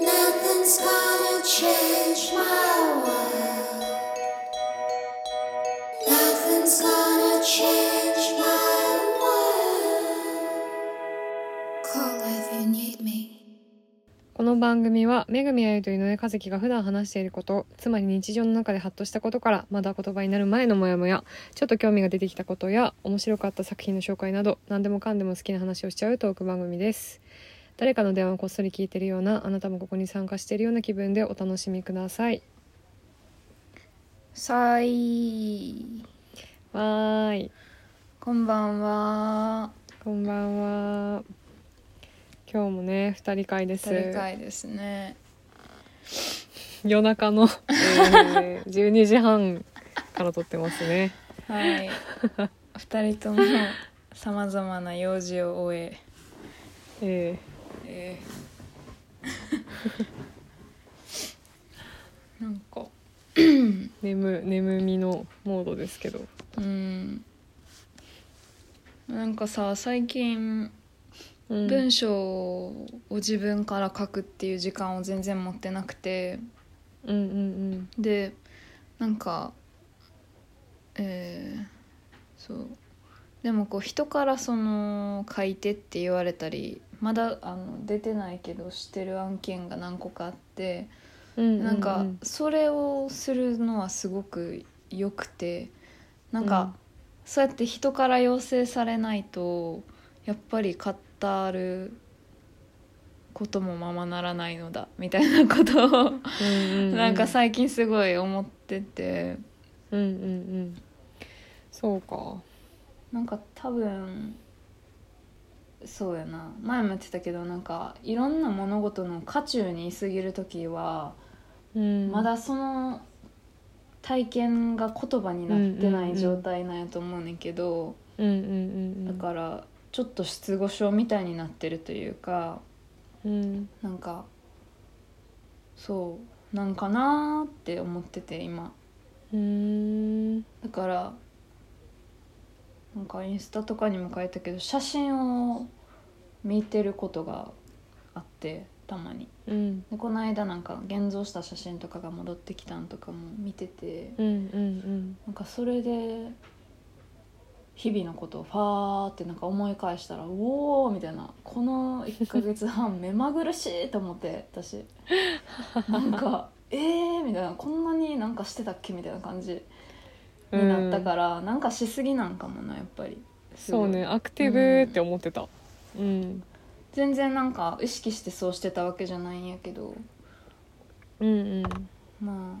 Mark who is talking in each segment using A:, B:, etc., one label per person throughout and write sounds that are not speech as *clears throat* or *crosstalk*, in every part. A: Nothing's gonna change my world. Nothing's gonna change my world. Call if you need me.
B: この番組はめぐみあゆと井上和樹が普段話していることつまり日常の中でハッとしたことからまだ言葉になる前のモヤモヤちょっと興味が出てきたことや面白かった作品の紹介など何でもかんでも好きな話をしちゃうトーク番組です誰かの電話をこっそり聞いてるようなあなたもここに参加しているような気分でお楽しみください
C: さい
B: わーい
C: こんばんは
B: こんばんは今日もね二人会です
C: 大会ですね
B: 夜中の、えー12時 *laughs* 半から撮ってますね
C: はい二人ともさまざまな用事を終え
B: え
C: えーなんか
B: ー眠眠みのモードですけど
C: うんなんかさ最近
B: うん
C: 文章を自分から書くっていう時間を全然持ってなくて、
B: うんうん
C: でなんかえーそうでもこう人からその書いてって言われたりまだあの出てないけどしてる案件が何個かあって
B: うんうん
C: なん
B: う
C: か
B: ん
C: それをするのはすごく良くてなん
B: うん
C: かそうやって人から要請されないとやっぱり語ることもままならないのだみたいなことを
B: うんうう
C: なんか最近すごい思ってて
B: うんうんうんそうか
C: なんか多分そうやな前も言ってたけどなんかいろんな物事の渦中にいすぎる時は、
B: うん
C: まだその体験が言葉になってない状態なんやと思うねんけど、
B: うんうんうんうん
C: だからちょっと失語症みたいになってるというか
B: うん
C: なんかそうなんかなーって思ってて今。
B: うーん
C: だからなんかインスタとかにも書いたけど写真を見てることがあってたまに
B: うん
C: でこの間なんか現像した写真とかが戻ってきたんとかも見てて
B: うんうん
C: なんかそれで日々のことをファーってなんか思い返したら「おお!」みたいなこの1ヶ月半目まぐるしいと思って私なんか「えー!」みたいなこんなになんかしてたっけみたいな感じ
B: うん
C: になったからら、なんかしすぎなんかもなやっぱりす
B: そ
C: ご
B: う
C: い
B: ねアクティブって思ってたうん
C: 全然なんか意識してそうしてたわけじゃないんやけど
B: うんうん
C: まあ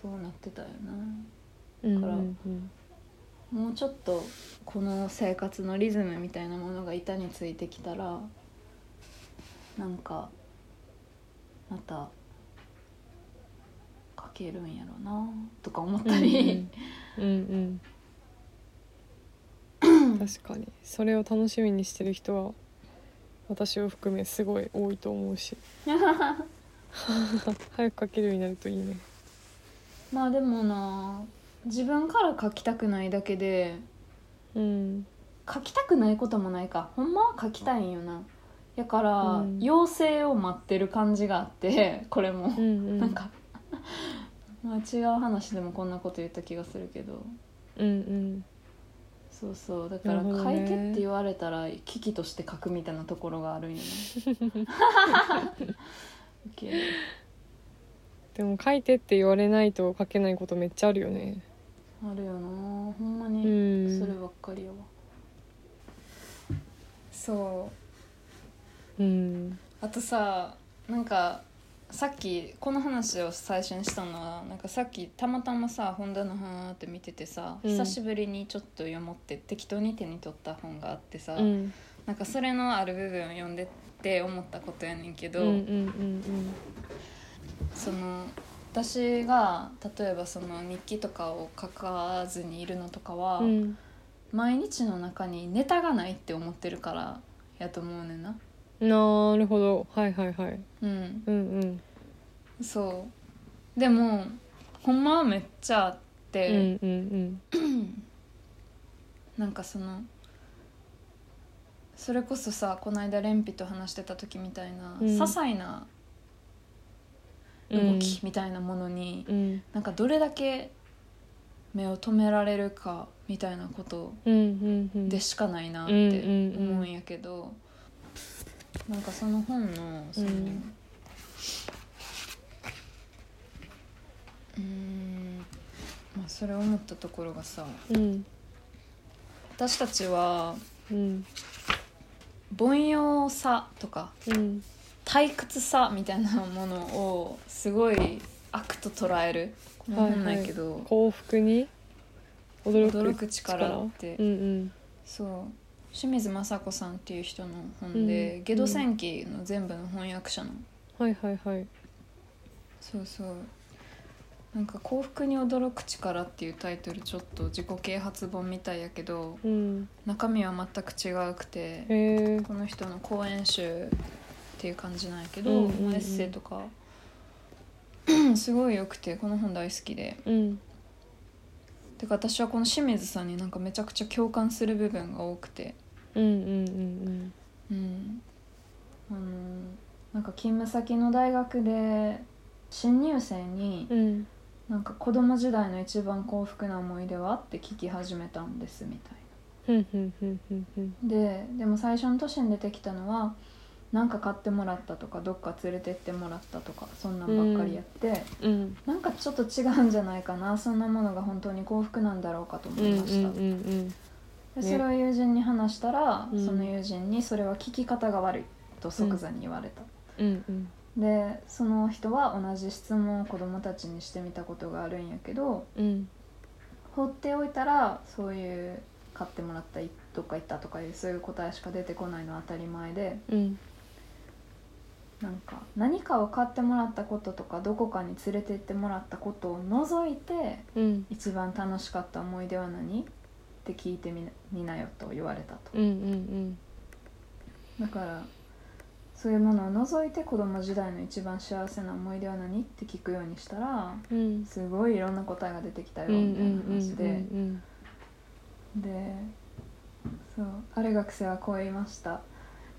C: そうなってたよな
B: うんうん
C: だから
B: うん
C: もうちょっとこの生活のリズムみたいなものが板についてきたらなんかまた書けるんやろうなとか思ったり、
B: うんうん確かにそれを楽しみにしてる人は私を含めすごい多いと思うし早く書けるようになるといいね
C: *laughs* まあでもな自分から書きたくないだけで
B: うん
C: 書きたくないこともないかほんまは書きたいんよなやから、
B: うん
C: 要請を待ってる感じがあ
B: *laughs*
C: ってこれも
B: う、んうん
C: なんか *laughs* まあ違う話でもこんなこと言った気がするけど
B: うんうん
C: そうそうだから
B: なるほど
C: 書い
B: ね
C: てって言われたら危機として書くみたいなところが
B: *laughs*
C: あるんよねウケる
B: でも書いてって言われないと書けないことめっちゃあるよね
C: あるよなほんま
B: う
C: に、
B: ん
C: そればっかりやわそう
B: うん
C: あとさなんかさっきこの話を最初にしたのはなんかさっきたまたまさ本棚のーって見ててさ、
B: うん
C: 久しぶりにちょっと読もうって適当に手に取った本があってさ、
B: うん
C: なんかそれのある部分を読んでって思ったことやねんけ
B: う
C: ど、
B: んうん
C: その私が例えばその日記とかを書かずにいるのとかは、
B: うんうん
C: 毎日の中にネタがないって思ってるからやと思うねんな。
B: なるほどはいはいはい
C: う
B: う
C: ん、
B: んうん
C: そうでもほんまはめっちゃあっ
B: う
C: て、
B: んうん
C: なんかそのそれこそさこの間レンピと話してた時みたいな、
B: うん
C: 些細な動きみたいなものに、
B: うん
C: なんかどれだけ目を留められるかみたいなこと
B: うんうんうん
C: でしかないなって
B: うんうんうん
C: 思うんやけど、なんかその本のその、
B: う
C: う
B: ん
C: ーんまあ、それ思ったところがさ
B: うん
C: 私たちは
B: うん
C: 凡庸さとか
B: うん
C: 退屈さみたいなものをすごい悪と捉えるこの本なんやけど、
B: 幸福に驚く
C: 驚く力って
B: うんうん
C: そう清水雅子さんっていう人の本で「
B: うん
C: ゲド戦記」の全部の翻訳者の、
B: はいはいはい
C: そうそうなんか「幸福に驚く力」っていうタイトルちょっと自己啓発本みたいやけど
B: うん
C: 中身は全く違うくて
B: へえ
C: この人の講演集っていう感じなんやけど、
B: うんうんうん
C: エッセイとか *clears throat* すごいよくてこの本大好きで
B: うん
C: てか私はこの清水さんになんかめちゃくちゃ共感する部分が多くて
B: うんうんうん
C: うんあのなんか勤務先の大学で新入生に
B: うんうん
C: 「なんか子供時代の一番幸福な思い出は?」って聞き始めたんですみたい
B: ふ
C: な。
B: んふんふんふんふん
C: ででも最初の年に出てきたのはなんか買ってもらったとかどっか連れてってもらったとかそんなんばっかりやって、
B: うん
C: なんかちょっと違うんじゃないかなそんなものが本当に幸福なんだろうかと思
B: うんう
C: い
B: ん
C: ました、
B: うんうん
C: でそれを友人に話したら、
B: うん
C: その友人にそれは聞き方が悪いと即座に言われた、
B: うんうん
C: でその人は同じ質問を子供たちにしてみたことがあるんやけど
B: うん
C: 放っておいたらそういう買ってもらったいどっか行ったとかいうそういう答えしか出てこないのは当たり前で
B: うん
C: なんか何かを買ってもらったこととかどこかに連れて行ってもらったことを除いて
B: うん
C: 一番楽しかった思い出は何って聞いてみなみなよと言われたと
B: うんうん
C: だからそういうものを除いて子供時代の一番幸せな思い出は何って聞くようにしたら
B: うんうん
C: すごいいろんな答えが出てきたよ
B: うんうん
C: みたいな話で、
B: うん
C: でそうある学生はこう言いました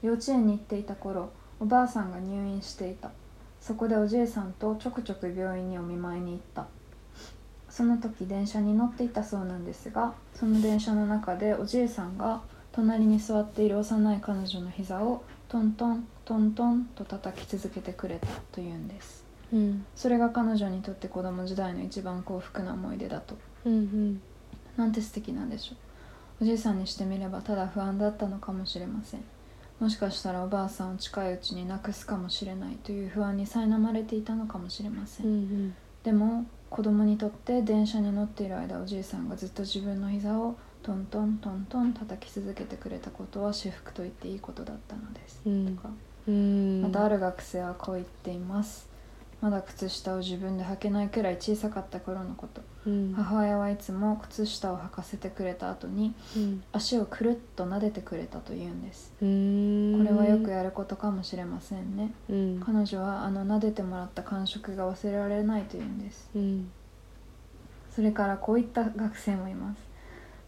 C: 幼稚園に行っていた頃おばあさんが入院していたそこでおじいさんとちょくちょく病院にお見舞いに行ったその時電車に乗っていたそうなんですがその電車の中でおじいさんが隣に座っている幼い彼女の膝をトントントントンと叩き続けてくれたというんです
B: うん
C: それが彼女にとって子供時代の一番幸福な思い出だと
B: うんうん
C: なんて素敵なんでしょうおじいさんにしてみればただ不安だったのかもしれませんもしかしたらおばあさんを近いうちに亡くすかもしれないという不安に苛まれていたのかもしれません、
B: うん
C: でも子供にとって電車に乗っている間おじいさんがずっと自分の膝をトントントントン叩き続けてくれたことは至福と言っていいことだったのです、
B: うん
C: とか
B: うん
C: またある学生はこう言っていますまだ靴下を自分で履けないくらい小さかった頃のこと
B: うん
C: 母親はいつも靴下を履かせてくれた後に
B: うん
C: 足をくるっと撫でてくれたというんです
B: うん
C: これはよくやることかもしれませんね
B: うん
C: 彼女はあの撫でてもらった感触が忘れられないというんです
B: うん
C: それからこういった学生もいます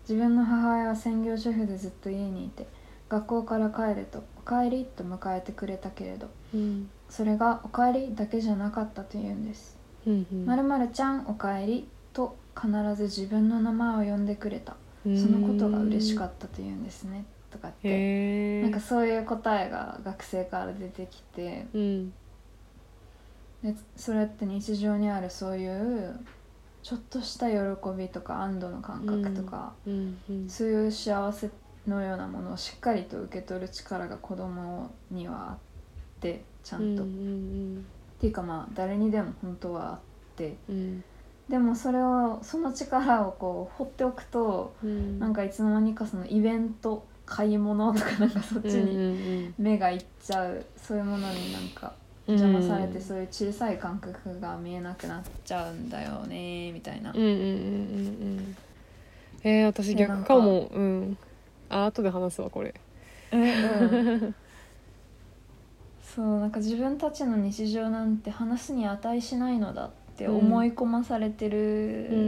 C: 自分の母親は専業主婦でずっと家にいて学校から帰ると「おかえり」と迎えてくれたけれど
B: うん
C: それが「おかえり」だけじゃなかったというんです
B: うんう
C: 「
B: ん
C: まるまるちゃんおかえり」と必ず自分の名前を呼んでくれたそのことが嬉しか
B: っ
C: ったというんですねとかっ
B: へ
C: て
B: え
C: なんかそういう答えが学生から出てきて
B: うん
C: でそれって日常にあるそういうちょっとした喜びとか安堵の感覚とか、
B: うんうん
C: そういう幸せのようなものをしっかりと受け取る力が子供にはあってちゃんと、
B: う
C: っ
B: ん
C: ていうかまあ誰にでも本当はあって
B: うんうん
C: でもそれをその力をこう放っておくと
B: うん
C: なんかいつの間にかそのイベント買い物とかなんかそっちに
B: に
C: 目がいっちゃうそういうものになんか邪魔されてそういう小さい感覚が見えなくなっちゃうんだよねみたいな、
B: うんうんうんうんうんえー、私
C: でなん
B: 逆
C: か
B: かもうんあ後で話すわこれ
C: そうなんか自分たちの日常なんて話すに値しないのだって思い込まされてる、
B: うんう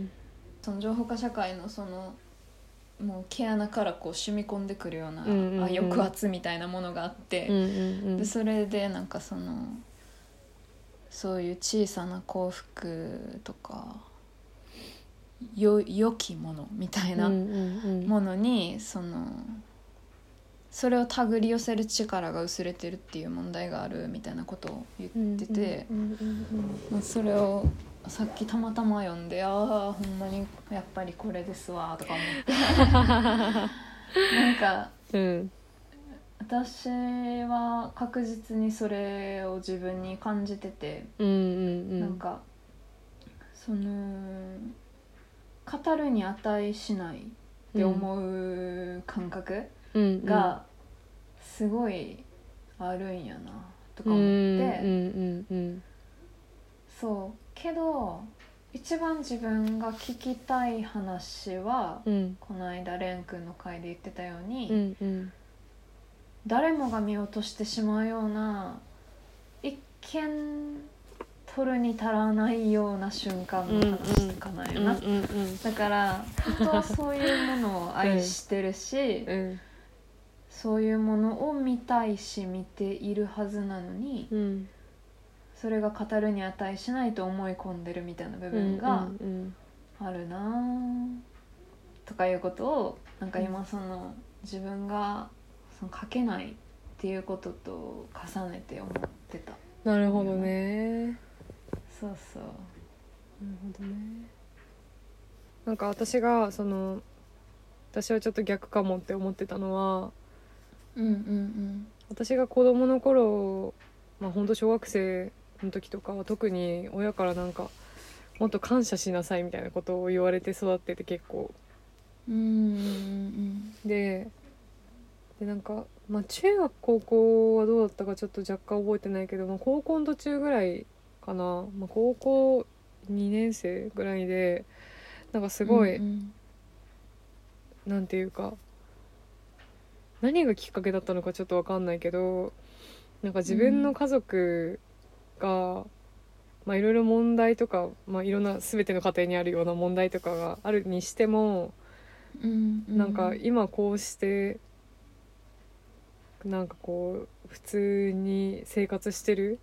B: ん
C: その情報化社会のそのもう毛穴からこう染み込んでくるような、
B: うんうんうん
C: あ抑圧みたいなものがあって、
B: うんうんう
C: で
B: ん
C: それでなんかそのそういう小さな幸福とかよ良きものみたいな
B: うんうんうん
C: ものに、そのそれを手繰り寄せる力が薄れてるっていう問題があるみたいなことを言ってて。
B: うんうん
C: まあそれをさっきたまたま読んでああほんまにやっぱりこれですわとか思っ
B: *laughs*
C: てなんか
B: うんうん
C: 私は確実にそれを自分に感じてて、
B: うんうんうん
C: なんかその語るに値しないって思う感覚
B: うんうん
C: がすごいあるんやなとか
B: うん
C: 思
B: う
C: って。
B: んうんうん
C: そうけど一番自分が聞きたい話は、
B: うん
C: この間蓮くんの回で言ってたように、
B: うんうん
C: 誰もが見落としてしまうような一見取るに足らないような瞬間の話かなんよな、
B: うんうんうん
C: だから人はそういうものを愛してるし、
B: うん
C: そういうものを見たいし見ているはずなのに
B: うん
C: それが語るに値しないと思い込んでるみたいな部分が。
B: うん
C: あるなあとかいうことをなんか今その自分がその書けないっていうことと重ねて思ってた
B: なるほどね
C: そうそう
B: なるほどねなんか私がその私はちょっと逆かもって思ってたのは
C: うんうん
B: 私が子供の頃まあ本当小学生の時とかは特に親からなんかもっと感謝しなさいみたいなことを言われて育ってて結構
C: うんうんうん
B: ででなんか、まあ、中学高校はどうだったかちょっと若干覚えてないけど、まあ、高校の途中ぐらいかな、まあ、高校2年生ぐらいでなんかすごい、
C: うん
B: なんていうか何がきっかけだったのかちょっと分かんないけどなんか自分の家族が、まあいろいろ問題とか、まあ、いろんな全ての家庭にあるような問題とかがあるにしても
C: うんう
B: なんか今こうしてなんかこう普通に生活してる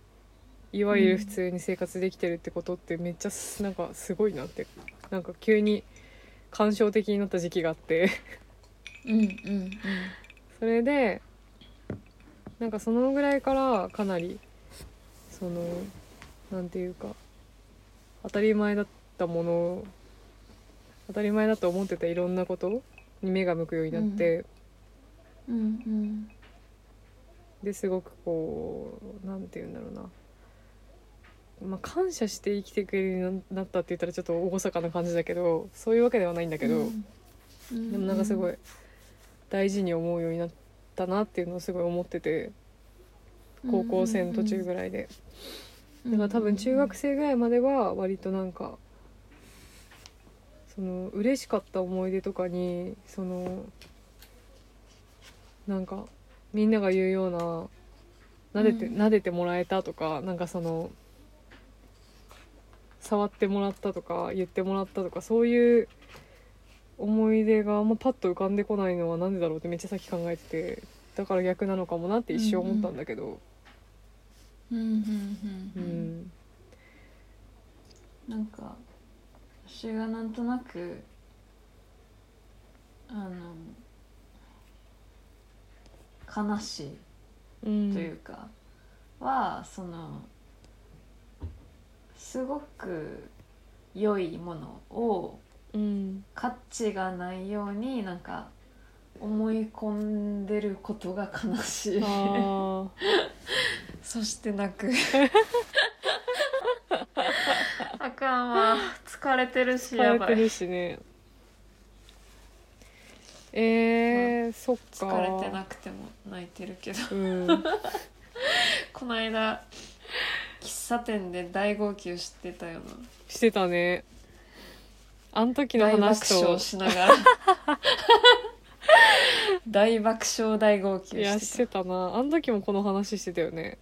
B: いわゆる普通に生活できてるってことってめっちゃすなんかすごいなってなんか急に感傷的になった時期があって *laughs*
C: うんうん
B: それでなんかそのぐらいからかなりそのなんていうか当たり前だったもの当たり前だと思ってたいろんなことに目が向くようになって、
C: うんうんうん
B: ですごくこうなんて言うんだろうな。まあ、感謝して生きてくれるようになったって言ったらちょっと厳かな感じだけどそういうわけではないんだけど、
C: うん
B: でもなんかすご
C: う
B: い大事に思うようになったなっていうのをすごい思ってて高校生の途中ぐらいでだから多分中学生ぐらいまでは割となんかその嬉しかった思い出とかにそのなんかみんなが言うような撫でて、
C: うん
B: 撫でてもらえたとかなんかその触ってもらったとか言ってもらったとかそういう思い出があんまパッと浮かんでこないのはなんでだろうってめっちゃさっき考えててだから逆なのかもなって一瞬思ったんだけど。
C: う
B: う
C: んうんうんんうんなんか私がなんとなくあの悲しいというか、はそのすごく良いものを
B: うん
C: 価値がないようになんか思い込んでることが悲しい
B: あ
C: *laughs* そして泣く *laughs* あかんわ疲れてるし
B: ー
C: や
B: 疲れ
C: ばい
B: てるしねえーそっか
C: 疲れてなくても泣いてるけど
B: うん
C: この間喫茶店で大号泣してたよ
B: してたねあん時
C: な
B: の
C: 大爆
B: 話
C: 笑
B: と
C: しなが *laughs* ら大爆笑大号
B: い
C: 泣
B: や
C: し
B: しててたなあん時もこの話してたよね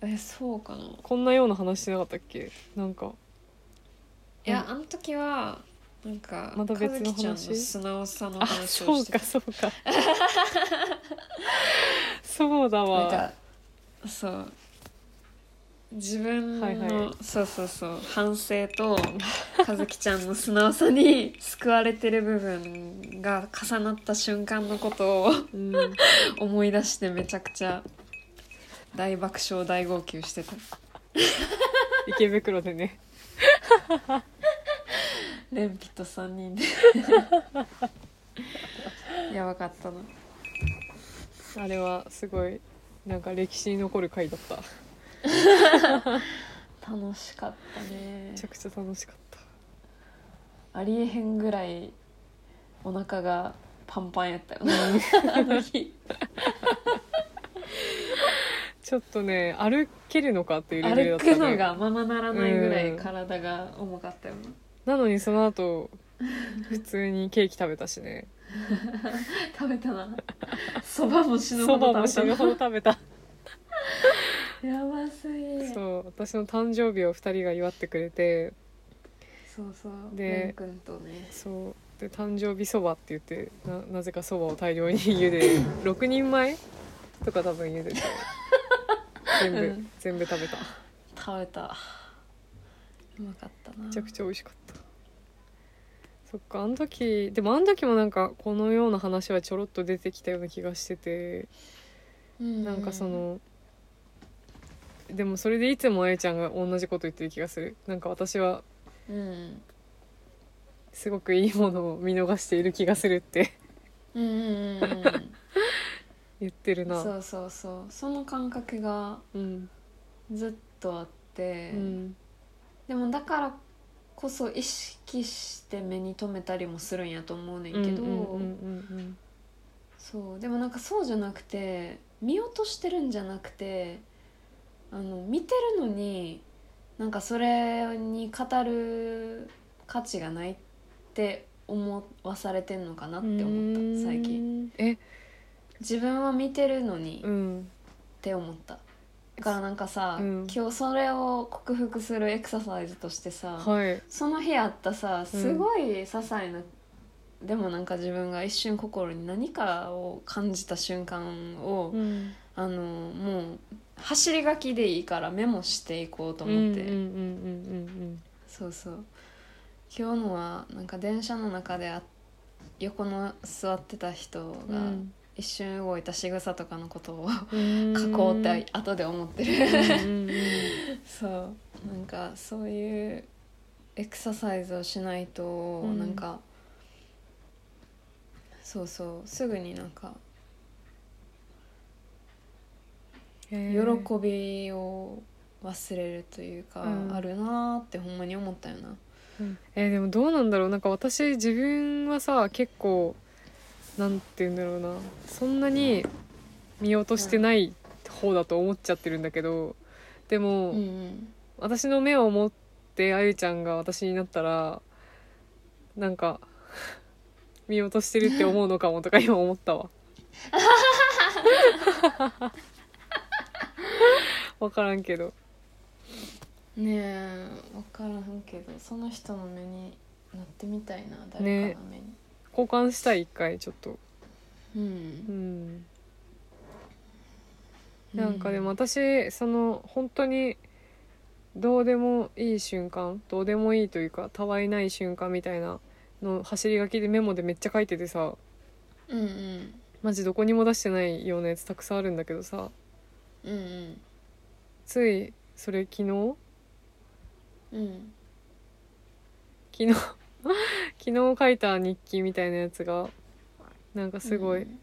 C: たえそうかない
B: こんなような話してなかったっけなんか
C: やあの時はなんか、
B: また別の話
C: かずきちゃんの素直さの
B: あ
C: 話を
B: そう
C: して
B: かそうかそうだ
C: なん
B: わ
C: かそう自分の、
B: はいはい
C: そうそうそう反省と和樹ちゃんの素直さに救われてる部分が重なった瞬間のことを
B: うん
C: 思い出してめちゃくちゃ大爆笑大号泣してた
B: 池袋でね
C: レンピと3人で *laughs* やばかったな
B: あれはすごいなんか歴史に残る回だっため
C: 楽しかったね
B: ちゃくちゃ楽しかった
C: ありえへんぐらいお腹がパンパンやったよねあの日
B: ちょっとね歩けるのかっていうレベルだ
C: 歩
B: ったね
C: くのがままならないぐらい体が重かったよな
B: なのにその後普通にケーキ食べたしね
C: 食べたなそばも死ぬ
B: そ
C: ほ
B: ば
C: ど
B: も死
C: 食
B: ぬ
C: べた
B: ほど食べた
C: なやばすぎそう
B: そう私の誕生日を2人が祝ってくれて
C: そうそう
B: で
C: レン君とね
B: そうで誕生日そばって言ってななぜかそばを大量に茹で6人前とか多分茹でて全部、
C: うん
B: 全部食べた
C: 食べたうまかったな
B: めちゃくちゃ美味しかったそっかあの時でもあの時もなんかこのような話はちょろっと出てきたような気がしててなんかそのでもそれでいつもあゆちゃんが同じこと言ってる気がするなんか私は
C: うん
B: すごくいいものを見逃している気がするって *laughs*
C: うんうんうんうん
B: 言ってる
C: う
B: なん
C: そうそうそうその感覚が
B: うん
C: ずっとあって、
B: うん
C: でもだからこそ意識して目に留めたりもするんやと思うねんけど、
B: うんうんうん
C: そうでもなんかそうじゃなくて見落としてるんじゃなくてあの見てるのになんかそれに語る価値がないって思わされてんのかなっ
B: うん
C: て思った最近
B: 近え
C: 自分は見てるのに
B: う
C: っ
B: ん
C: て思っただからなんかさ、
B: うん
C: 今日それを克服するエクササイズとしてさ、
B: はい
C: その日あったさすごい些細な、でもなんか自分が一瞬心に何かを感じた瞬間を、
B: うん
C: あのもう走り書きでいいからメモしていこうと思って、
B: うんうんうんうん
C: そうそう今日のはなんか電車の中であ横の座ってた人
B: うんう
C: が
B: ん
C: 一瞬動いた仕草とかのことを
B: うん
C: 書こうって後で思ってる、
B: うんうん
C: そうなんかそういうエクササイズをしないと、
B: ん
C: なんかそうそうすぐになんか
B: うん
C: 喜びを忘れるというか、
B: うん
C: あるなーってほんまに思ったよな。
B: えーでもどうなんだろうなんか私自分はさ結構なんて言うんだろうなそんなに見落としてない方だと思っちゃってるんだけどでも、
C: うんうん
B: 私の目を持ってあゆちゃんが私になったらなんか *laughs* 見落としてるって思うのかもとか今思った
C: *laughs*
B: わ。分からんけど
C: ねえ分からんけどその人の目になってみたいな誰
B: ね
C: かの目に、
B: 交換したい一回ちょっと。
C: うん
B: うんなんかでも私その本当にどうでもいい瞬間どうでもいいというかたわいない瞬間みたいなの走り書きでメモでめっちゃ書いててさ
C: うんうん
B: マジどこにも出してないようなやつたくさんあるんだけどさ
C: うんうん
B: ついそれ昨日
C: うん
B: 昨日 *laughs* 昨日書いた日記みたいなやつがなんかすごい
C: うん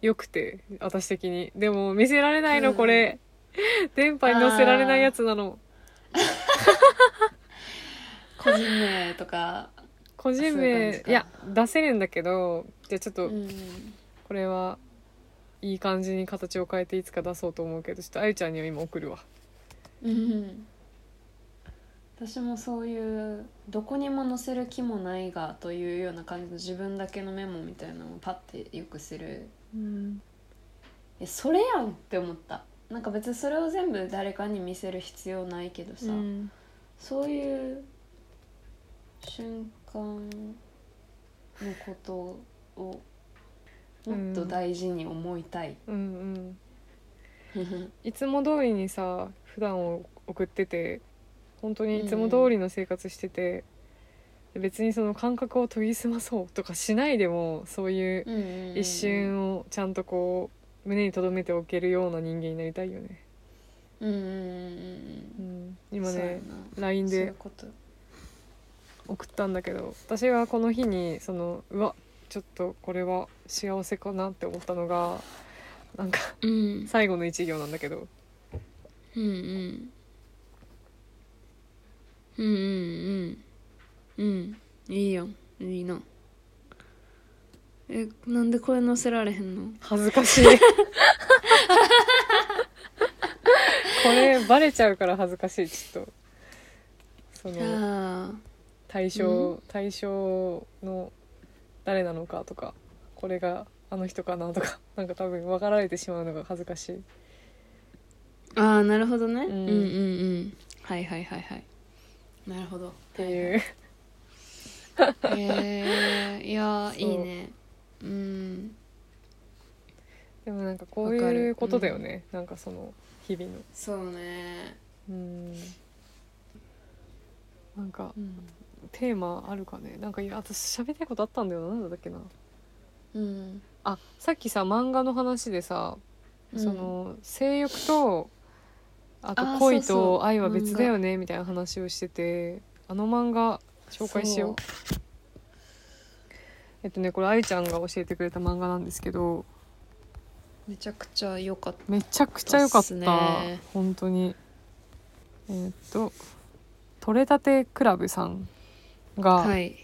B: 良くて私的にでも見せられないの
C: うん
B: これ、電波に載せられないやつなの
C: 個人名とか、
B: 個人
C: そういう感じ
B: 名
C: か
B: いや出せるんだけどじゃあちょっ
C: う
B: と
C: ん、
B: これはいい感じに形を変えていつか出そうと思うけどちょっとあゆちゃんには今送るわ
C: うん私もそういうどこにも載せる気もないがというような感じの自分だけのメモみたいなのをパッてよくする
B: うん
C: えそれやんって思ったなんか別にそれを全部誰かに見せる必要ないけどさ、そういう瞬間のことをもっと大事に思いたい、
B: うんうんいつも通りにさ普段を送ってて本当にいつも通りの生活してて、別にその感覚を研ぎ澄まそうとかしないでもそういう一瞬をちゃんとこう胸に留めておけるような人間になりたいよね、
C: うんうんうん
B: う
C: うん
B: ん、
C: うん
B: 今
C: そうや
B: ね
C: な
B: LINE
C: そうい
B: で
C: うこと
B: 送ったんだけど私はこの日にそのうわちょっとこれは幸せかなって思ったのがなんか
C: うん
B: 最後の一行なんだけど
C: うんうんうんうんうんうんいいよいいなえなんでこれ載せられへんの
B: 恥ずかしいこれバレちゃうから恥ずかしいちょっとその
C: ああ
B: 対象対象の誰なのかとかこれがあの人かなとかなんか多分分かられてしまうのが恥ずかしい
C: ああなるほどね、
B: ん
C: うんうんうんはいはいはいはいなるほど
B: っていう
C: へえいや
B: そう
C: ーいいねうん
B: でもなんかこう
C: わか
B: いう
C: る
B: ことだよね、なんかその日々の
C: そうね
B: うんなんか
C: うん、
B: テーマあるかねなんかいや私喋りたいことあったんだよななんだっけな
C: うん、
B: あさっきさ漫画の話でさ、その性欲とあ
C: あ
B: と
C: ー
B: 恋
C: そうそ
B: と
C: う
B: 愛は別だよねみたいな話をしててあの漫画紹介しようえっとねこれあゆちゃんが教えてくれた漫画なんですけど
C: めちゃくちゃ良かった
B: めちゃくちゃ良かった
C: そうっすね
B: 本当にえーっと「取れたてクラブ」さん
C: は
B: が
C: い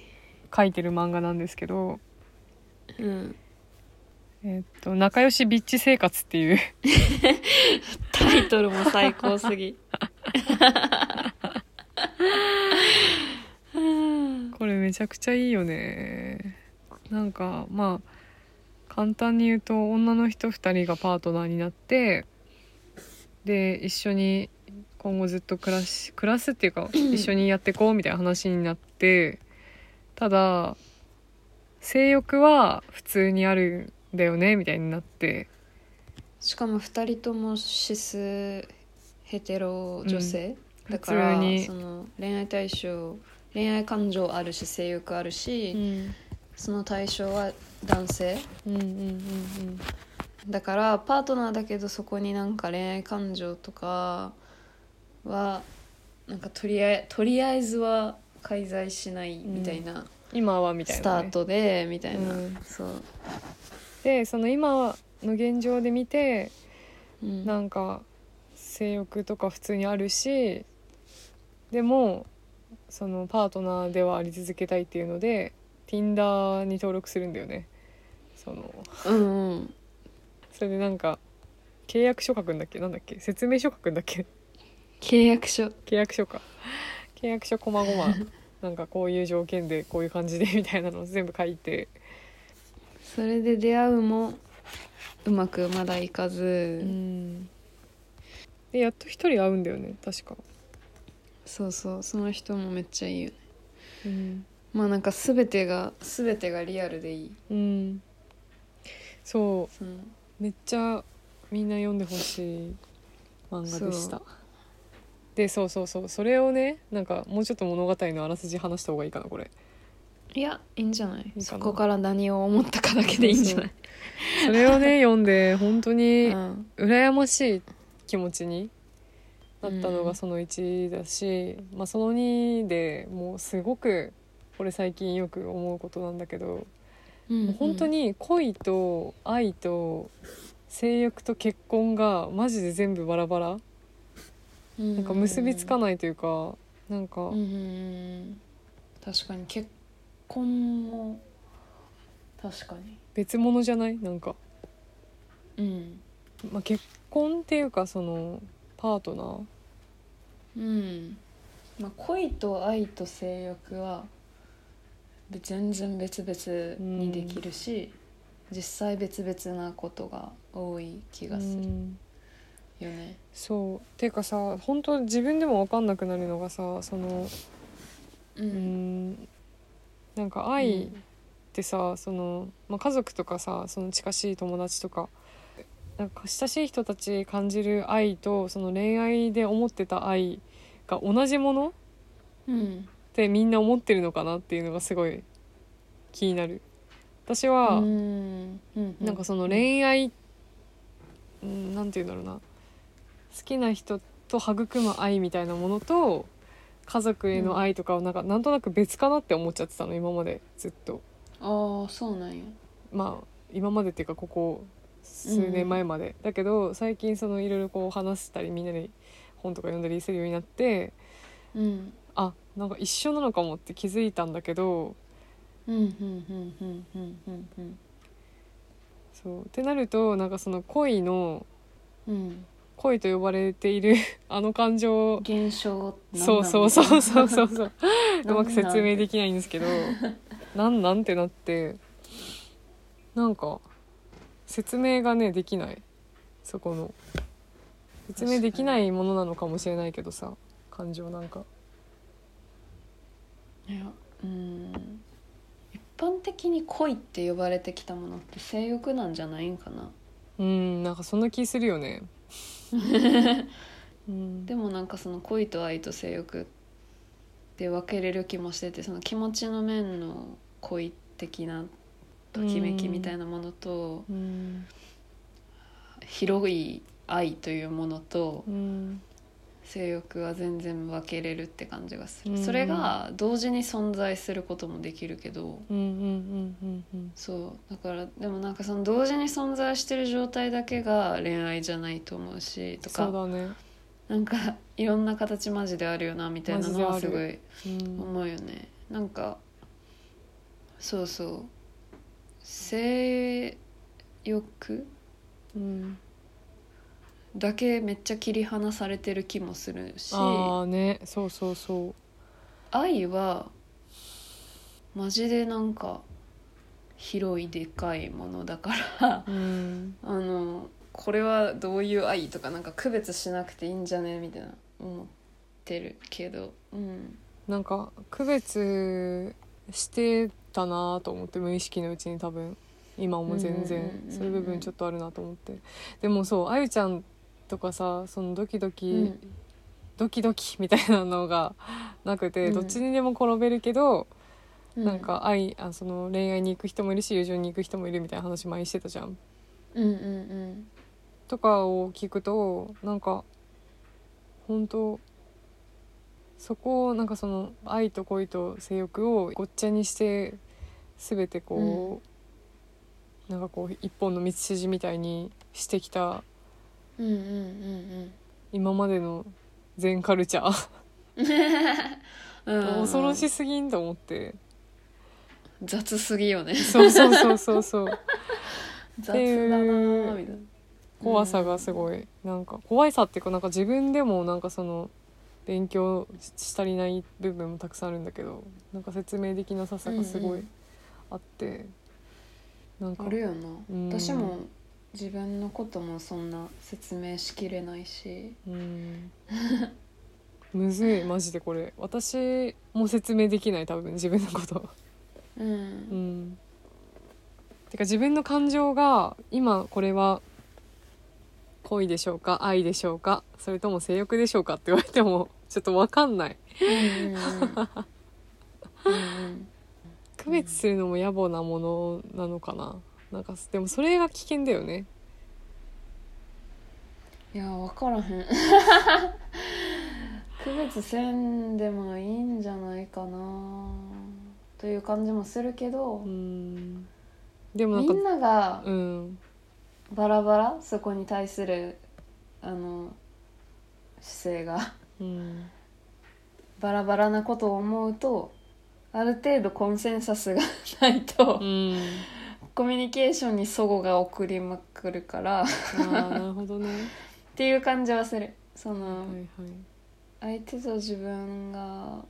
B: 書いてる漫画なんですけど、
C: うん
B: えーっと「仲良しビッチ生活」っていう *laughs*
C: タイトルも最高すぎ
B: これめちゃくちゃいいよねなんかまあ簡単に言うと女の人2人がパートナーになってで一緒に今後ずっと暮らし暮らすっていうか一緒にやってこうみたいな話になってただ性欲は普通にあるんだよねみたいになって
C: *laughs* しかも二人ともシスヘテロ女性、
B: うん
C: だから
B: 普通に
C: その恋愛対象恋愛感情あるし性欲あるし、
B: ん
C: その対象は男性
B: うんうんうん
C: だからパートナーだけどそこになんか恋愛感情とかはなんかとりあえとりあえずは介在しないみたいな、
B: 今はみたいな、ね、
C: スタートでみたいな、
B: うん
C: そう、
B: でその今の現状で見て
C: うん
B: なんか性欲とか普通にあるしでもそのパートナーではあり続けたいっていうので Tinder に登録するんだよねその
C: うんうん
B: それでなんか契約書書くんだっけなんだっけ説明書書くんだっけ *laughs*
C: 契約書
B: 契約書か契約書こまご *laughs* まなんかこういう条件でこういう感じでみたいなのを全部書いて
C: それで出会うもうまくまだいかず、
B: うんでやっと一人会うんだよね確か、
C: そうそうその人もめっちゃいいよね
B: うん、
C: まあなんか全てが全てがリアルでいい
B: うん、そ
C: その
B: うめっちゃみんな読んでほしい漫画でしたでそうそうそうそれをねなんかもうちょっと物語のあらすじ話した方がいいかなこれ
C: いやいいんじゃない
B: な
C: そこから何を思ったかだけでいいんじゃない
B: それをね読んで本当
C: う
B: に
C: ん
B: 羨ましい気持ちになったの
C: う
B: が
C: ん
B: その1だし、まあ、その2でもうすごくこれ最近よく思うことなんだけど
C: うん
B: 本当に恋と愛と性欲と結婚がマジで全部バラバラな
C: なん
B: か結びつかないというかなんか
C: うんうんうん確かに結婚も確かに
B: 別物じゃないなんか、
C: うん
B: まあ、結婚っていうかそのパートナー
C: うん、まあ、恋と愛と性欲は全然別々にできるし、実際別々なことが多い気がする
B: うん
C: よね
B: そうていうかさ本当自分でも分かんなくなるのがさそのう
C: う
B: んんなんか愛ってさ、その、まあ、家族とかさその近しい友達とかなんか親しい人たちに感じる愛とその恋愛で思ってた愛が同じものっ
C: うん
B: てみんな思ってるのかなっていうのがすごい気になる。私は、
C: うんうん
B: なんかその恋愛、うん、なんて言うんだろうな好きな人と育む愛みたいなものと家族への愛とかをなんかなんとなく別かなって思っちゃってたの今までずっと
C: ああそうなんや
B: まあ今までっていうかここ数年前まで、だけど最近そのいろいろこう話したりみんなで本とか読んだりするようになって
C: うん
B: あなんか一緒なのかもって気づいたんだけど
C: うんうんうんうんうんうんうん
B: そうってなるとなんかその恋の
C: うん
B: 恋と呼ばれている *laughs* あの感情を
C: 現象なん
B: そう
C: なん
B: そうそうそうそうそ
C: み
B: う
C: たいうな
B: まく説明できないんですけどなんなんってなってなんか説明がねできないそこの説明できないものなのかもしれないけどさ感情なんか
C: いやうん一般的に恋って呼ばれてきたものって性欲なんじゃないんかな
B: うんなんかそんな気するよねうん
C: でもなんかその恋と愛と性欲って分けれる気もしててその気持ちの面の恋的なときめきみたいなものと
B: うん
C: 広い愛というものと
B: うん
C: 性欲は全然分けれるって感じがす
B: う
C: る
B: ん
C: それが同時に存在することもできるけど
B: うんうんうんうんうん
C: そうだからでもなんかその同時に存在してる状態だけが恋愛じゃないと思うしと
B: そう
C: か
B: だね、
C: なんかいろんな形マジであるよなみたいなのは
B: マジ
C: す
B: である
C: ごい
B: うん、
C: 思うよねなんかそうそう性欲
B: うん、
C: だけめっちゃ切り離されてる気もするし
B: ああねそうそうそう
C: 愛はマジでなんか広いでかいものだから
B: うん
C: あのこれはどういう愛とかなんか区別しなくていいんじゃねみたいな思ってるけどうん
B: なんか区別してたなと思って無意識のうちに多分今も全
C: うんうん
B: 然
C: うんうん
B: そういう部分ちょっとあるなと思ってでもそうあゆちゃんとかさそのドキドキ、
C: うん
B: ドキドキみたいなのがなくて、
C: うん
B: どっちにでも転べるけど、
C: う
B: なんか愛あその恋愛に行く人もいるし友情に行く人もいるみたいな話前にしてたじゃん。
C: うんうん
B: とかを聞くとなんか本当そこをなんかその愛と恋と性欲をごっちゃにして全てこう、なんかこう一本の道筋みたいにしてきた
C: うんうんうんうん
B: 今までの全カルチャー、
C: うんうん
B: 恐ろしすぎんと思って
C: 雑すぎよね
B: そうそうそうそうそう
C: *laughs* 雑だなーみたいな
B: 怖さがすごいなんか怖いさっていうかなんか自分でもなんかその勉強しし足りない部分もたくさんあるんだけどなんか説明できなささがすご
C: うんう
B: い
C: ん
B: あって、なんか
C: あるよ
B: うん
C: な私も自分のこともそんな説明しきれないし
B: うんむずいマジでこれ私も説明できない多分自分のこと。 *laughs*
C: うん
B: う、ん、てか自分の感情が今これは恋でしょうか愛でしょうかそれとも性欲でしょうかって言われてもちょっと分かんない
C: うんうんうんうん
B: 区別するのも野暮なものなのかななんかでもそれが危険だよね
C: いや分からへん *laughs* 区別せんでもいいんじゃないかなという感じもするけど
B: う、んでもなん
C: み
B: か
C: んなが
B: うん
C: バラバラそこに対するあの姿勢が
B: うん
C: バラバラなことを思うとある程度コンセンサスがないと、
B: うん
C: コミュニケーションに齟齬が送りまくるからっ
B: ああなるほどね
C: ていう感じはするその、
B: はいはい
C: 相手と自分が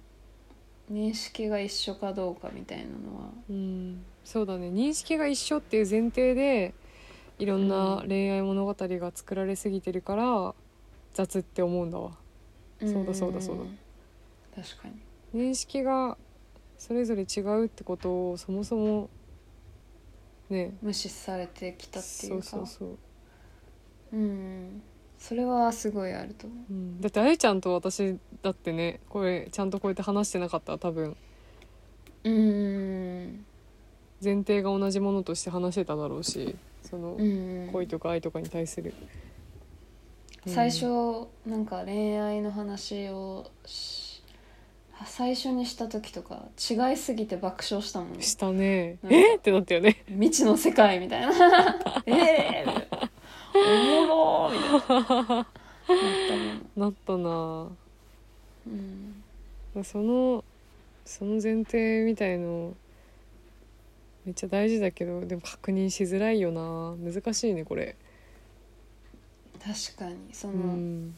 C: 認識が一緒かどうかみたいなのは
B: うんそうだね認識が一緒っていう前提でいろんな恋愛物語が作られすぎてるから雑って思うんだわそうだそうだそうだ
C: んんん確かに
B: 認識がそれぞれ違うってことをそもそもね
C: 無視されてきたっていう
B: そ
C: か
B: うそうそう、
C: うんそれはすごいあると思
B: う
C: う
B: ん、だってあゆちゃんと私だってねこれちゃんとこうやって話してなかったら多分
C: うん
B: 前提が同じものとして話せただろうしその
C: うん
B: 恋とか愛とかに対する、うん
C: 最初なんか恋愛の話をし最初にした時とか違いすぎて爆笑したもんね
B: したね
C: なんか
B: えっってなったよね *laughs*
C: 未知の世界みたいなええみたいなおもろーみたいななったもん
B: なったな
C: うん
B: そのその前提みたいのめっちゃ大事だけどでも確認しづらいよな難しいねこれ、
C: 確かにそうの、
B: ん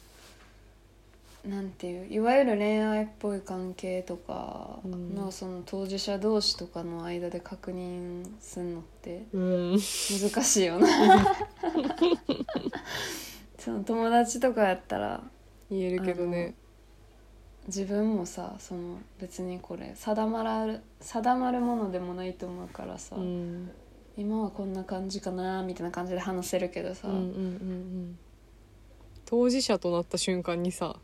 C: なんていういわゆる恋愛っぽい関係とかの,、
B: うん
C: その当事者同士とかの間で確認するのって
B: うん、
C: 難しいよなその友達とかやったら
B: 言えるけどね
C: 自分もさその別にこれ定まらる定まるものでもないと思うからさ、
B: うん
C: 今はこんな感じかなみたいな感じで話せるけどさ、
B: うんうんうんうん当事者となった瞬間にさ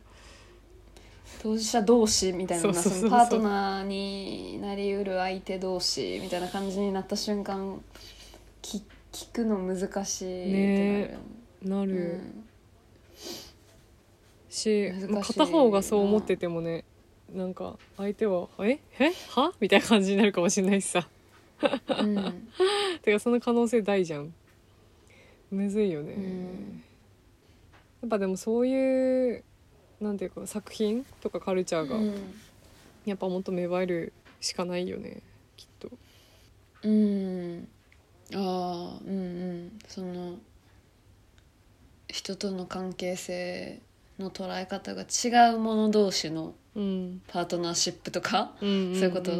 C: 当事者同士みたいな
B: そうそうそう
C: そのパートナーになりうる相手同士みたいな感じになった瞬間き聞くの難しいって
B: な
C: なるよ
B: る
C: ね、
B: し、
C: 難しい
B: まあ片方がそう思っててもねなんか相手は「ええは?」みたいな感じになるかもしれないしさ *laughs*
C: うん、うん
B: てかその可能性大じゃんむずいよね、
C: うん
B: やっぱでもそういうなんていうか作品とかカルチャー
C: う
B: が
C: ん
B: やっぱもっと芽生えるしかないよねきっと
C: うん、ああうんうんその人との関係性の捉え方が違う者同士の
B: うん
C: パートナーシップとか
B: うんんん
C: そういうこと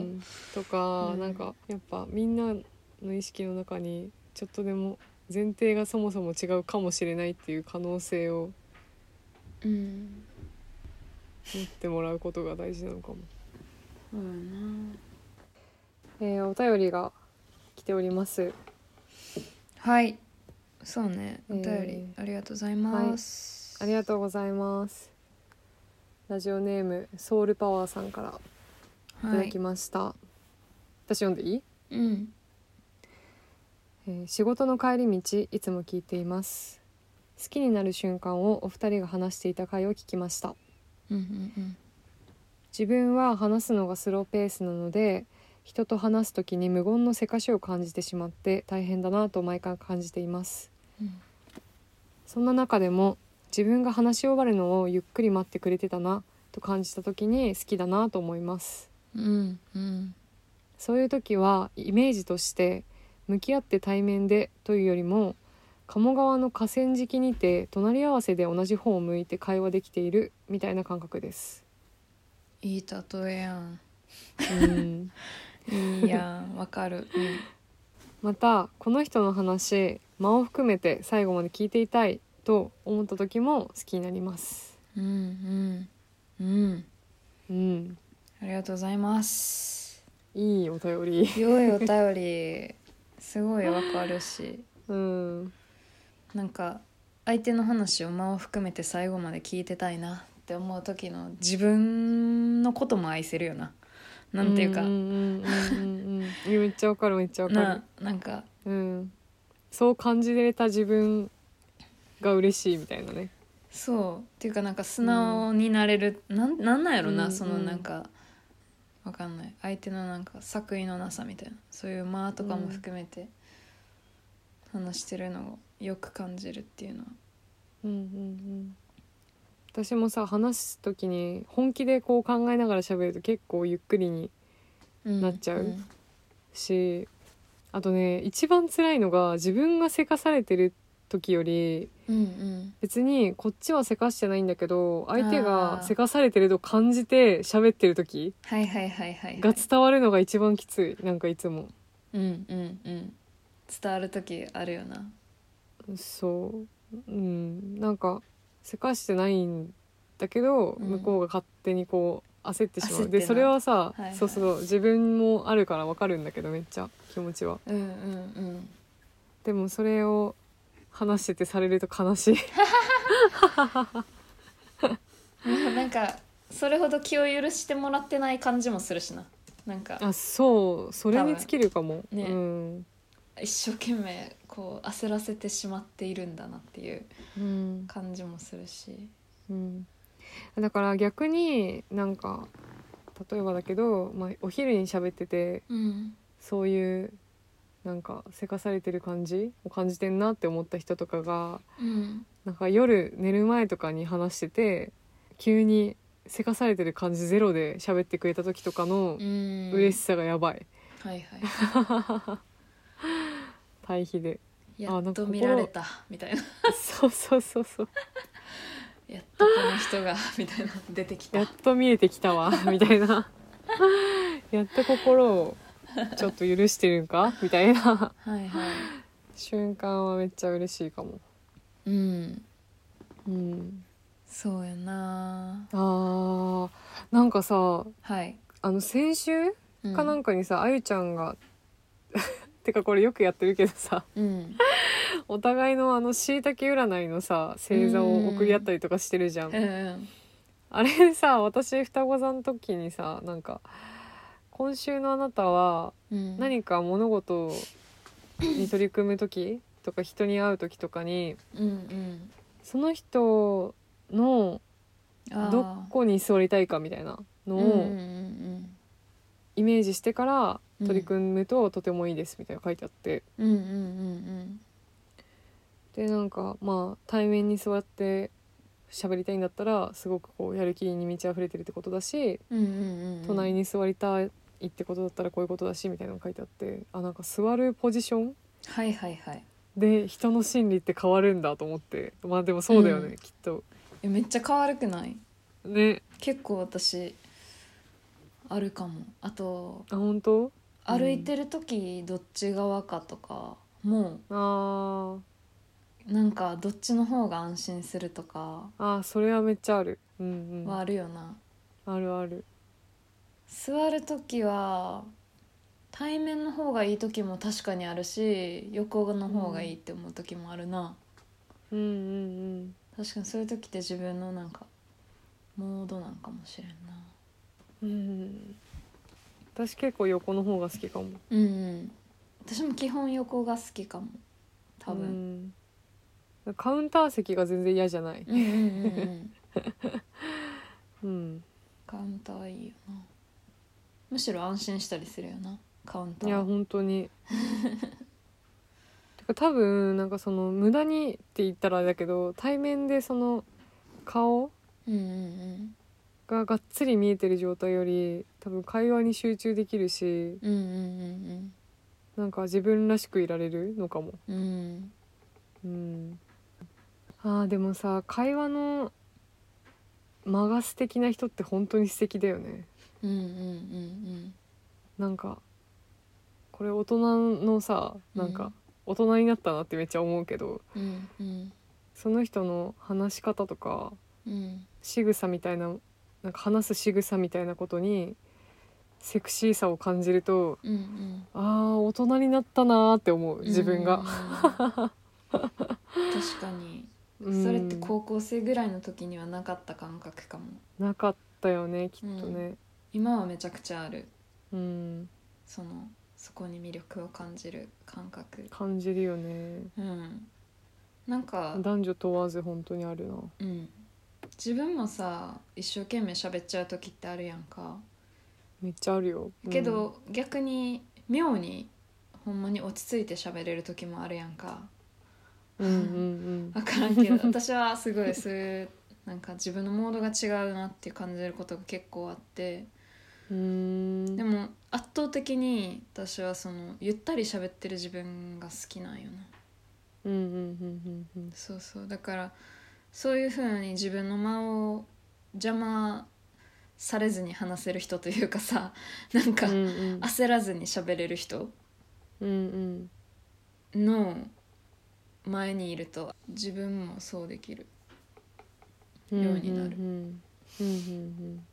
B: とか、
C: うん
B: なんかやっぱみんなの意識の中にちょっとでも前提がそもそも違うかもしれないっていう可能性を
C: うん
B: 持ってもらうことが大事なのかも、
C: そうやな
B: えーお便りが来ております
C: はい。そうね。
B: え
C: お
B: ー
C: 便り、ありがとうございます。
B: ありがとうございますラジオネームソウルパワーさんからいた
C: は
B: だ
C: い
B: き。ました、私読んでいい、
C: うん。
B: えー仕事の帰り道いつも聞いています好きになる瞬間をお二人が話していた回を聞きました
C: うんうん
B: 自分は話すのがスローペースなので人と話す時に無言のせかしを感じてしまって大変だなと毎回感じています、
C: うん
B: そんな中でも自分が話し終わるのをゆっくり待ってくれてたなと感じた時に好きだなと思います
C: うん。うんうん。
B: そういう時はイメージとして向き合って対面でというよりも鴨川の河川敷にて隣り合わせで同じ方を向いて会話できているみたいな感覚
C: *laughs*
B: です。
C: いい例えやん。
B: うん
C: いいやん。わかる。
B: またこの人の話間を含めて最後まで聞いていたいと思った時も好きになります
C: うんうんうん。う
B: う
C: ん。
B: ん
C: ありがとうございます。
B: いいお便り
C: 良いお便り。すごいわかるし。
B: うん
C: なんか。相手の話を間を含めて最後まで聞いてたいなって思う時の自分のことも愛せるよな。なんていうか。
B: うんうんうんうんうんいやめっちゃわかるめっちゃわかる
C: ななんか
B: うんそう感じれた自分が嬉しいみたいなね
C: そうっていうかなんか素直になれる、なんなんなんやろな、
B: うん
C: そのなんかわかんない相手のなんか作為のなさみたいなそういう間とかも含めて話してるのをよく感じるっていうのは
B: うんうんうん私もさ話す時に本気でこう考えながら喋ると結構ゆっくりになっちゃうしあとね一番辛いのが自分がせかされてる時より
C: うんうん
B: 別にこっちはせかしてないんだけど相手
C: あ
B: が
C: ー
B: せかされてると感じて喋ってる時
C: はいはいはいはいは
B: が
C: い
B: 伝わるのが一番きついなんかいつも
C: うんうんうん伝わる時あるよな
B: そううんなんかせかしてないんだけど
C: うん
B: 向こうが勝手にこう焦ってしま
C: 焦っ
B: う
C: てな
B: でそれはさ、
C: はいはい
B: そうそう自分もあるからわかるんだけどめっちゃ気持ちは
C: うんうん
B: でもそれを話しててされると悲しい
C: うんなんかそれほど気を許してもらってない感じもするしななんか
B: あそうそれに尽きるかも、
C: 多分ね
B: うん、
C: 一生懸命こう焦らせてしまっているんだなっていう
B: うん、
C: 感じもするし
B: うん、だから逆になんか例えばだけど、まあ、お昼に喋ってて
C: うん
B: そういうなんかせかされてる感じを感じてんなって思った人とかが
C: うん
B: なんか夜寝る前とかに話してて急にせかされてる感じゼロで喋ってくれた時とかの
C: うん
B: 嬉しさがやばい
C: はいはい
B: 対比
C: *laughs*
B: で
C: や
B: あな
C: っ
B: んか
C: と
B: 心
C: 見られたみたいな
B: そうそうそうそう
C: やっとこの人がみたいな出てきた
B: やっと見えてきたわみたいなやっと心をちょっと許してるんかみたいな
C: はいは
B: 瞬間はめっちゃ嬉しいかも。
C: いうん
B: うん、
C: そうやな
B: あーなんかさ
C: はい
B: あの先週
C: う
B: かなんかにさ、あゆちゃんが *laughs* てかこれよくやってるけどさ
C: うん
B: お互いのあのしいたけ占いのさ星座を送り合ったりとかしてるじゃん。
C: うんうん
B: あれさ私双子さんの時にさなんか「今週のあなたは
C: うん
B: 何か物事に取り組む時とか人に会う時とかに
C: うんうん
B: その人の
C: あー
B: どこに座りたいかみたいなの
C: うんうんう
B: を
C: ん
B: イメージしてから取り組むととてもいいですみたいな書いてあって
C: うんうんうん
B: でなんかまあ対面に座って喋りたいんだったらすごくこうやる気に満ち溢れてるってことだし
C: うんうんうんうん
B: 隣に座りたいってことだったらこういうことだしみたいなの書いてあってあなんか座るポジション
C: はいはいはい
B: で人の心理って変わるんだと思ってまあでもそうだよね、
C: うん
B: きっと
C: えめっちゃ可愛くない
B: ね
C: 結構私あるかもあと
B: あ本当うん
C: 歩いてる時どっち側かとかも
B: あー
C: うなんかどっちの方が安心するとか
B: あーそれはめっちゃあるうんうん
C: は
B: あ
C: あるよな
B: るある
C: 座る時は対面の方がいい時も確かにあるし横の方がいいって思う時もあるな、
B: うんうん
C: 確かにそういう時って自分のなんかモードなんかもしれんな
B: うんうん私結構横の方が好きかも
C: うん、うん、私も基本横が好きかも多分、
B: うんカウンター席が全然嫌じゃない
C: うんうんうんうん
B: うん
C: カウンターいいよなむしろ安心したりするよなカウンタ
B: いや
C: ー
B: 本当に *laughs* てか多分なんかその無駄にって言ったらあれだけど対面でその顔
C: うんうん
B: ががっつり見えてる状態より多分会話に集中できるし
C: うんうんうん
B: なんか自分らしくいられるのかも。
C: うんうん
B: うん、あーでもさ会話の間が素敵な人って本当に素敵だよね。
C: うんうんうん
B: なんかこれ大人のさなん
C: う
B: か
C: ん
B: 大人になったなってめっちゃ思うけど
C: うんうんうん
B: その人の話し方とか
C: うん
B: 仕草みたいななんか話す仕草みたいなことにセクシーさを感じると
C: うんうん
B: あー大人になったなーって思う自分
C: うん
B: が、
C: 確かに
B: うん
C: それって高校生ぐらいの時にはなかった感覚かも
B: なかったよねきっとね
C: 今はめちゃくちゃある
B: うん、
C: そのそこに魅力を感じる感覚
B: 感じるよね
C: うんなんか
B: 男女問わず本当にあるな
C: うん、自分もさ一生懸命喋っちゃう時ってあるやんか
B: めっちゃあるよ
C: け、ど、逆に妙にほんまに落ち着いて喋れる時もあるやんか
B: うん、うんうん
C: 分からんけど私はすごいそういうなんか自分のモードが違うなって感じることが結構あって
B: うんうーん
C: でも圧倒的に私はそのゆったり喋ってる自分が好きなんよな
B: うんうんうんうんうん
C: そうそうだからそういうふうに自分の間を邪魔されずに話せる人というかさ *laughs* なんか
B: うんうん
C: 焦らずに喋れる人
B: うん
C: の前にいると自分もそうできる
B: うん
C: ようになる
B: うんうんうんうんうん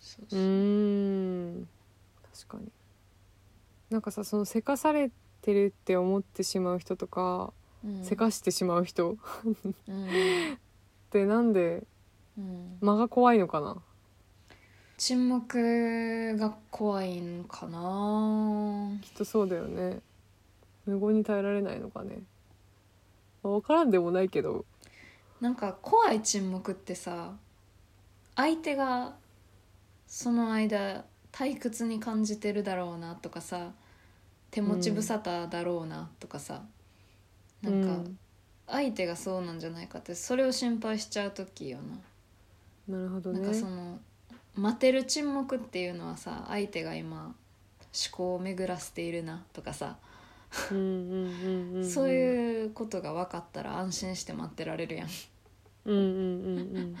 D: そう
B: う
D: そう、
B: ーん確かになんかさそのせかされてるって思ってしまう人とか、
E: うん
B: せかしてしまう人っ
E: うん
B: てなんで
E: うん
B: 間が怖いのかな
E: 沈黙が怖いんかな
B: きっとそうだよね無言に耐えられないのかね分からんでもないけど
E: なんか怖い沈黙ってさ相手がその間退屈に感じてるだろうなとかさ手持ち無沙汰だろうなとかさ、な
B: うん
E: か相手がそうなんじゃないかってそれを心配しちゃう時よ
B: んなるほど
E: な、
B: ね
E: なんかその待てる沈黙っていうのはさ相手が今思考を巡らせているなとかさ、
B: うんうんうんうんうん
E: そういうことが分かったら安心して待ってられるやん
B: うんうんうんうん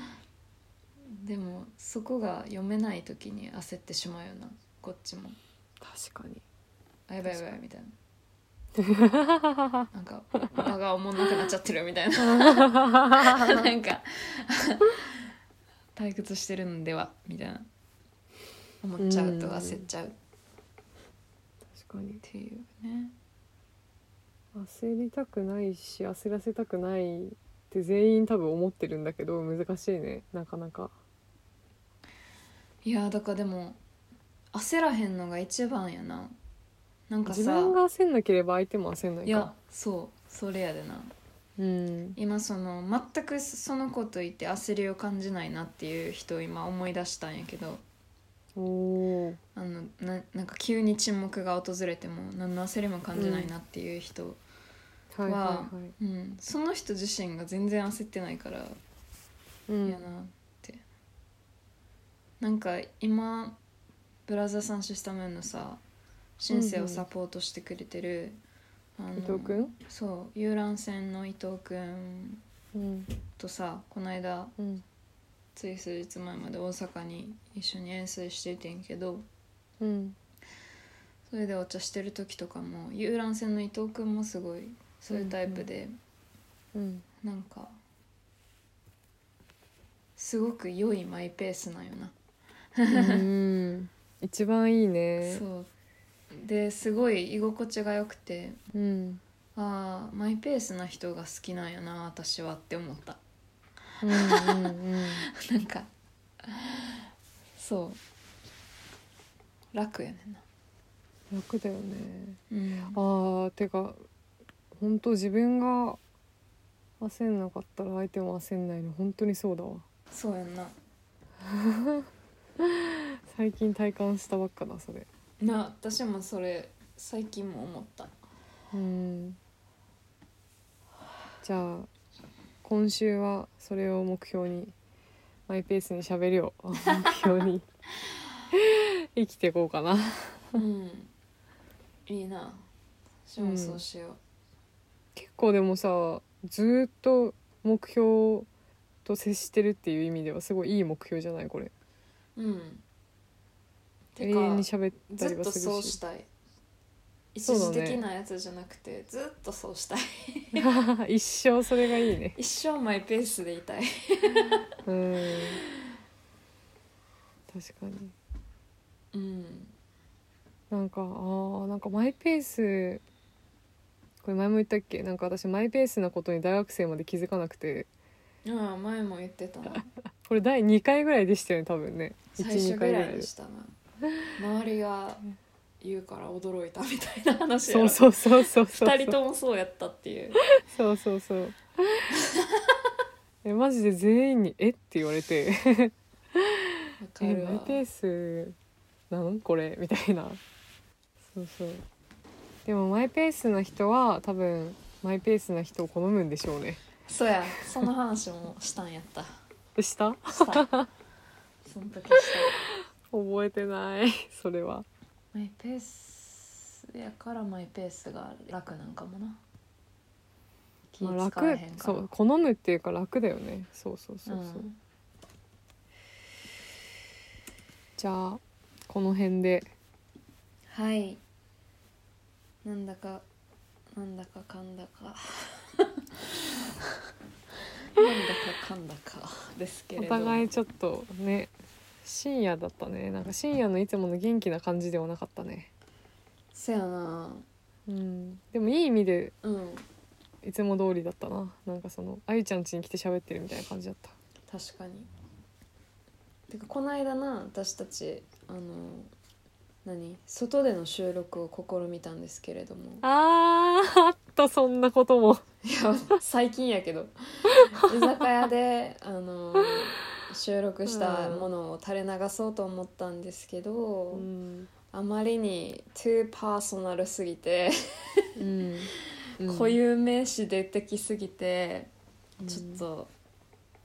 E: でもそこが読めない時に焦ってしまうよなこっちも
B: 確かに
E: あやばいやばいみ
B: *laughs*
E: たいななんか場がおもんなくなっちゃってるみたい
B: *laughs*
E: ななんか退屈してるんではみたいな思っちゃうと焦っちゃうっ
B: 確かに
E: ていうね
B: 焦りたくないし焦らせたくないって全員多分思ってるんだけど難しいねなかなか
E: いやだからでも焦らへんのが一番やななんか
B: 自
E: さ
B: 分が焦んなければ相手も焦んない
E: い
B: か
E: やそうそれやでな
B: うん
E: 今その全くその子といて焦りを感じないなっていう人を今思い出したんやけど
B: おおー
E: あのななんか急に沈黙が訪れても何の焦りも感じないなっていう人、
B: はいは
E: はい
B: はい
E: うん、その人自身が全然焦ってないから
B: うん
E: 嫌なって、なんか今ブラザーさんシスタムのさ申請をサポートしてくれてる、あの
B: 伊藤君
E: そう遊覧船の伊藤君
B: うん
E: とさこの間
B: うん
E: つい数日前まで大阪に一緒に遠征しててんけど
B: うん
E: それでお茶してる時とかも遊覧船の伊藤君もすごいそういうタイプで、
B: うん
E: なんかすごく良いマイペースなんよな。
B: うん一番いいね
E: そうですごい居心地が良くて
B: うん
E: ああマイペースな人が好きなんやな私はって思った。 *laughs*
B: うんうんうん
E: なんかそう楽やねんな。
B: 楽だよね
E: うん
B: あーてか本当自分が焦んなかったら相手も焦んないの本当にそうだわ
E: そうやんな。
B: 最近体感したばっかだそれ
E: な私もそれ最近も思った
B: うんじゃあ今週はそれを目標にマイペースに喋るを目標 *laughs* に生きていこうかな
E: うんいいな私もそうしよ
B: 結構でもさずーっと目標と接してるっていう意味ではすごいいい目標じゃないこれ
E: ううん、
B: 永
E: て
B: 遠に
E: か
B: 喋っ
E: ず
B: たり
E: っ
B: は
E: と
B: す
E: そう
B: る
E: し
B: した
E: い
B: そ
E: 一
B: うだ
E: 時
B: ね
E: 的なやつじゃなくて、ずっとそうしたい *laughs*
B: *laughs* 一生それがいいね
E: 一生マイペースでいたい
B: うん確かに
E: うん
B: なんかあーなんかマイペースこれ前も言ったっけなんか私マイペースなことに大学生まで気づかなくて
E: ああ前も言ってた
B: *laughs*
E: な
B: これ第2回ぐらいでしたよね多分ね
E: 最初ぐらい
B: で
E: にしたな周りが言うから驚いたみたいな話や
B: そ
E: ろ
B: うそうそうそうそう
E: 2人ともそうやったっていう
B: そうそうそうえマジで全員に「えっ?」て言われて
E: わ
B: 「
E: か
B: え
E: る
B: マイ
E: わ
B: ペースなんこれ」みたいなそうそうでもマイペースな人は多分マイペースな人を好むんでしょうね
E: そうやその話もしたんやった
B: でした
E: したいその時したい
B: 覚えてない *laughs* それは
E: マイペースやからマイペースが楽なんかもな気
B: まあ
E: 使え
B: 楽
E: へんか
B: そ
E: ら、
B: う好むっていうか楽だよねそうそうそうそう、
E: ん
B: じゃあこの辺で
E: はいなんだかなんだかかん
B: *laughs*
E: だかなんだかかんだかですけ
B: お
E: れども
B: 互いちょっとね深夜だったねなんか深夜のいつもの元気な感じではなかったね
E: せやな
B: うんでもいい意味で
E: うん
B: いつも通りだったななんかそのあゆちゃん家に来て喋ってるみたいな感じだった
E: 確かにてかこの間な私たちあの何外での収録を試みたんですけれど
B: *laughs*
E: も
B: あーあったそんなことも
E: いや最近やけど居酒屋であの収録したものを垂れ流そうと思ったんですけど、
B: うん、
E: あまりにトゥーパーソナルすぎて、
B: うん、
E: 固有名詞出てきすぎて、
B: うん
E: ちょっと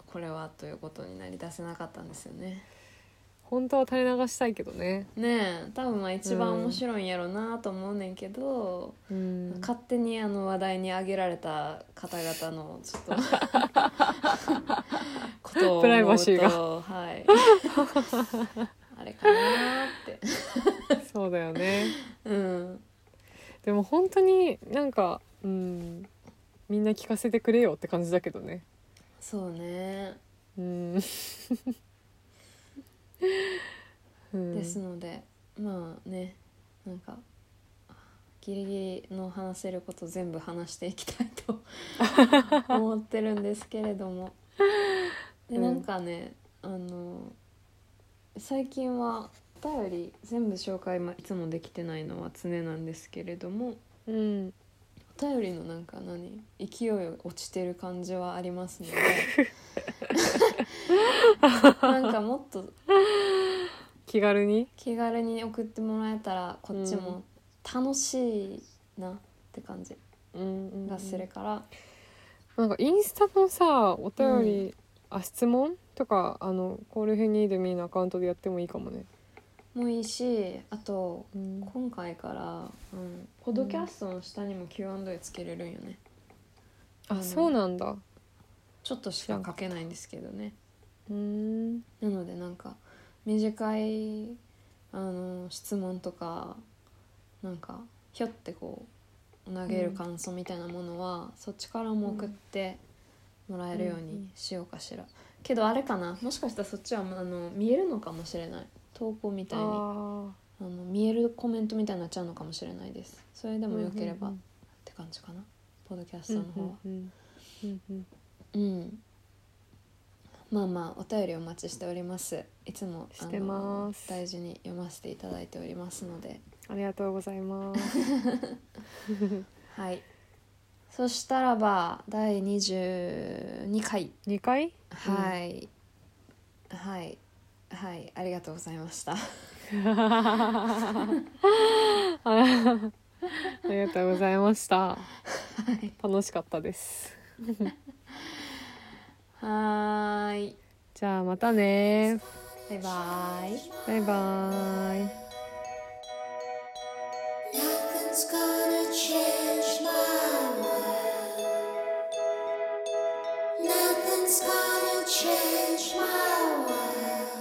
E: これはということになり出せなかったんですよね。
B: 本当は垂れ流したいけどね、
E: ねえ多分まあ一番面白いんやろなと思うねんけど、
B: うん、
E: 勝手にあの話題に挙げられた方々のちょっとことを思うと
B: *laughs* プライバシーが
E: はいあれかなーって
B: そうだよね
E: うん
B: でも本当になんかうんみんな聞かせてくれよって感じだけどね
E: そうね、
B: うん、うん
E: ですのでまあねなんかギリギリの話せること全部話していきたい
B: *laughs*
E: と思ってるんですけれどもで
B: うん
E: なんかね、あの最近はお便り全部紹介まいつもできてないのは常なんですけれども
B: うん、
E: お便りのなんか何勢い落ちてる感じはあります
B: *laughs*
E: のでなんかもっと
B: 気軽に
E: 気軽に送ってもらえたらこっちも楽しいなって感じ
B: が
E: がするから、
B: なんかインスタのさお便り、あ質問とかあのコールフェニーデミーのアカウントでやってもいいかもね、
E: もういいしあと
B: うん、
E: 今回から、うん、ポッドキャストの下にも Q&A つけれるんよね
B: あそうなんだ
E: ちょっとしか書けないんですけどね
B: うん
E: なのでなんか短いあの質問とかなんかひょってこう投げる感想みたいなものは、そっちからも送ってもらえるようにしようかしら、けどあれかなもしかしたらそっちはあの見えるのかもしれない投稿みたいにあ
B: あ
E: の見えるコメントみたいになっちゃうのかもしれないですそれで
B: で
E: もよければって感じかな、ポッドキャストの方は。
B: うんうんうん
E: うん。まあまあお便りお待ちしております。いつもあの
B: してます
E: 大事に読ませていただいておりますので、
B: ありがとうございます
E: はい。そしたらば第二十二回、
B: 二回
E: はい、はいはいありがとうございました。
B: ありがとうございました
E: *laughs* はい
B: 楽しかったです
E: はーい
B: じゃあまたね
E: バイバーイ。
B: バイバーイ
A: Nothing's gonna change my world. Nothing's gonna change my world.